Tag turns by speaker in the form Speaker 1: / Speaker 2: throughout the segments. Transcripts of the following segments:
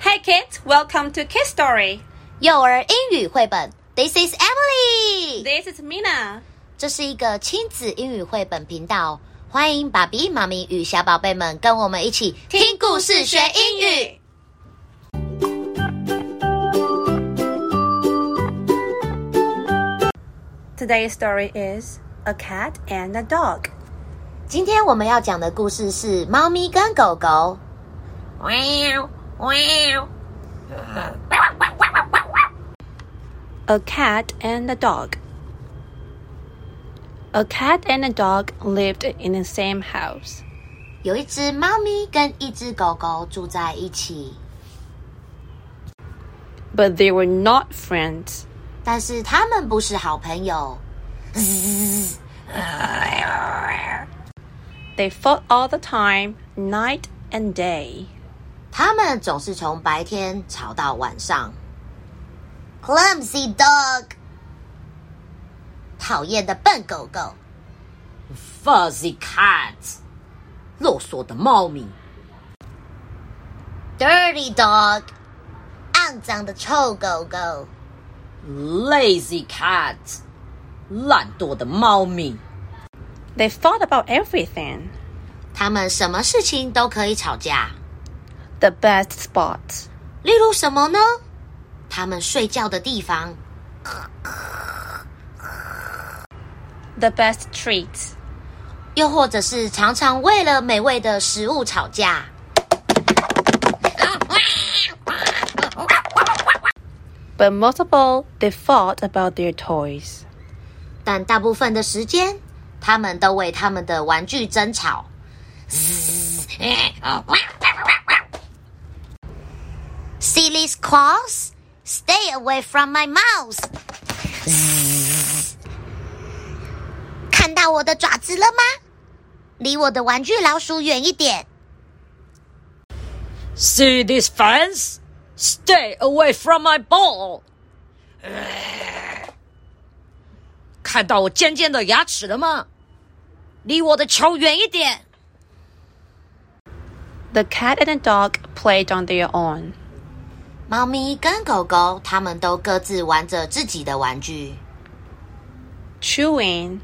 Speaker 1: Hi kids, welcome to Kid Story.
Speaker 2: 幼儿英语绘本。This is Emily，
Speaker 1: This is Mina.
Speaker 2: 这是一个亲子英语绘本频道，欢迎爸比妈咪与小宝贝们跟我们一起听故事学英语。。
Speaker 1: Today's story is a cat and a dog.
Speaker 2: 今天我们要讲的故事是猫咪跟狗狗。喵喵
Speaker 1: A cat and a dog. A cat and a dog lived in the same house.
Speaker 2: 有一只猫咪跟一只狗狗住在一起，
Speaker 1: But they were not friends.
Speaker 2: 但是它们不是好朋友。
Speaker 1: They fought all the time, night and day.
Speaker 2: 他们总是从白天吵到晚上。Clumsy dog，讨厌的笨狗狗。Fuzzy cat，啰嗦的猫咪。Dirty dog，肮脏的臭狗狗。Lazy cat，懒惰的猫咪。
Speaker 1: They fought about everything.
Speaker 2: 他们什么事情都可以吵架，
Speaker 1: The best spots.
Speaker 2: 例如什么呢？他们睡觉的地方。
Speaker 1: The best treats.
Speaker 2: 又或者是常常为了美味的食物吵架。
Speaker 1: But most of all, they fought about their toys.
Speaker 2: 但大部分的时间，他们都为他们的玩具争吵。Silly claws, stay away from my mouse！看到我的爪子了吗？离我的玩具老鼠远一点。
Speaker 3: See this fence? Stay away from my ball. 看到我尖尖的牙齿了吗？离我的球远一点。
Speaker 1: The cat and the dog played on their own.
Speaker 2: 猫咪跟狗狗，它们都各自玩着自己的玩具。
Speaker 1: Chewing.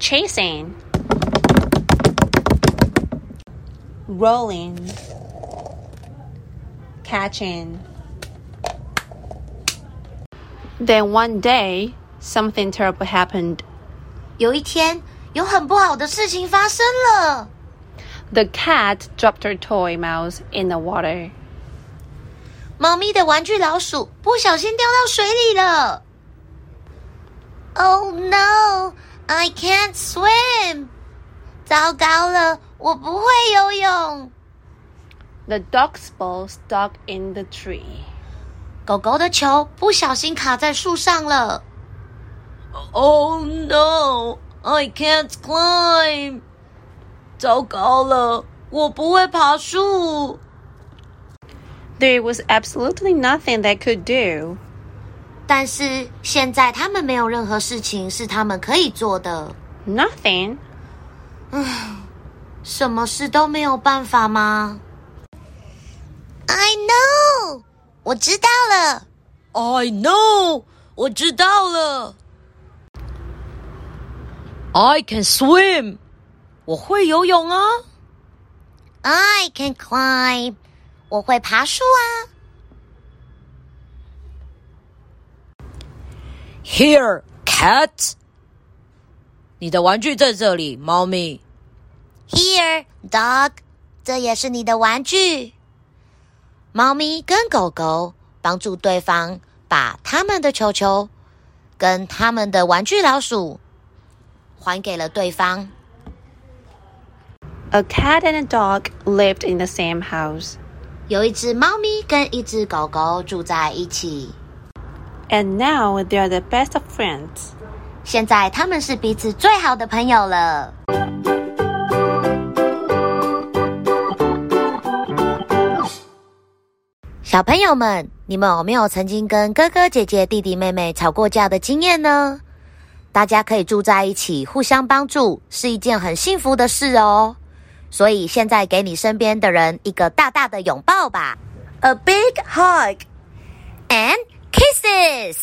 Speaker 1: Chasing. Rolling. Catching. Then one day, something terrible happened.
Speaker 2: 有一天，有很不好的事情发生了。
Speaker 1: The cat dropped her toy mouse in the water.
Speaker 2: 猫咪的玩具老鼠不小心掉到水里了。Oh no! I can't swim. 糟糕了，我不会游泳。
Speaker 1: The dog's ball stuck in the tree.
Speaker 2: 狗狗的球不小心卡在树上了。
Speaker 3: Oh no! I can't climb. 糟糕了，我不会爬树。
Speaker 1: There was absolutely nothing they could do.
Speaker 2: 但是现在他们没有任何事情是他们可以做的，
Speaker 1: Nothing.
Speaker 2: 什么事都没有办法吗？I know，我知道了。
Speaker 3: I know，我知道了。I can swim，我会游泳啊。
Speaker 2: I can climb，我会爬树啊。
Speaker 3: Here, cat。你的玩具在这里，猫咪。
Speaker 2: Here, dog，这也是你的玩具。猫咪跟狗狗帮助对方把他们的球球跟他们的玩具老鼠还给了对方。
Speaker 1: A cat and a dog lived in the same house,
Speaker 2: 有一只猫咪跟一只狗狗住在一起，
Speaker 1: and now they are the best of friends.
Speaker 2: 现在他们是彼此最好的朋友了。小朋友们，你们有没有曾经跟哥哥姐姐、弟弟妹妹吵过架的经验呢？大家可以住在一起，互相帮助，是一件很幸福的事哦。所以现在给你身边的人一个大大的拥抱吧
Speaker 4: A big hug.
Speaker 2: ，and kisses。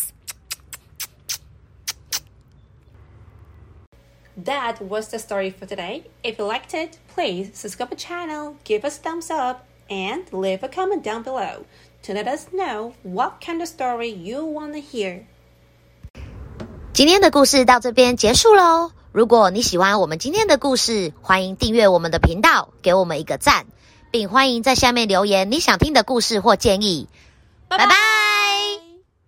Speaker 1: That was the story for today. If you liked it, please subscribe the channel, give us thumbs up, and leave a comment down below to let us know what kind of story you want to hear.
Speaker 2: 今天的故事到这边结束喽。如果你喜欢我们今天的故事，欢迎订阅我们的频道，给我们一个赞，并欢迎在下面留言你想听的故事或建议。拜拜。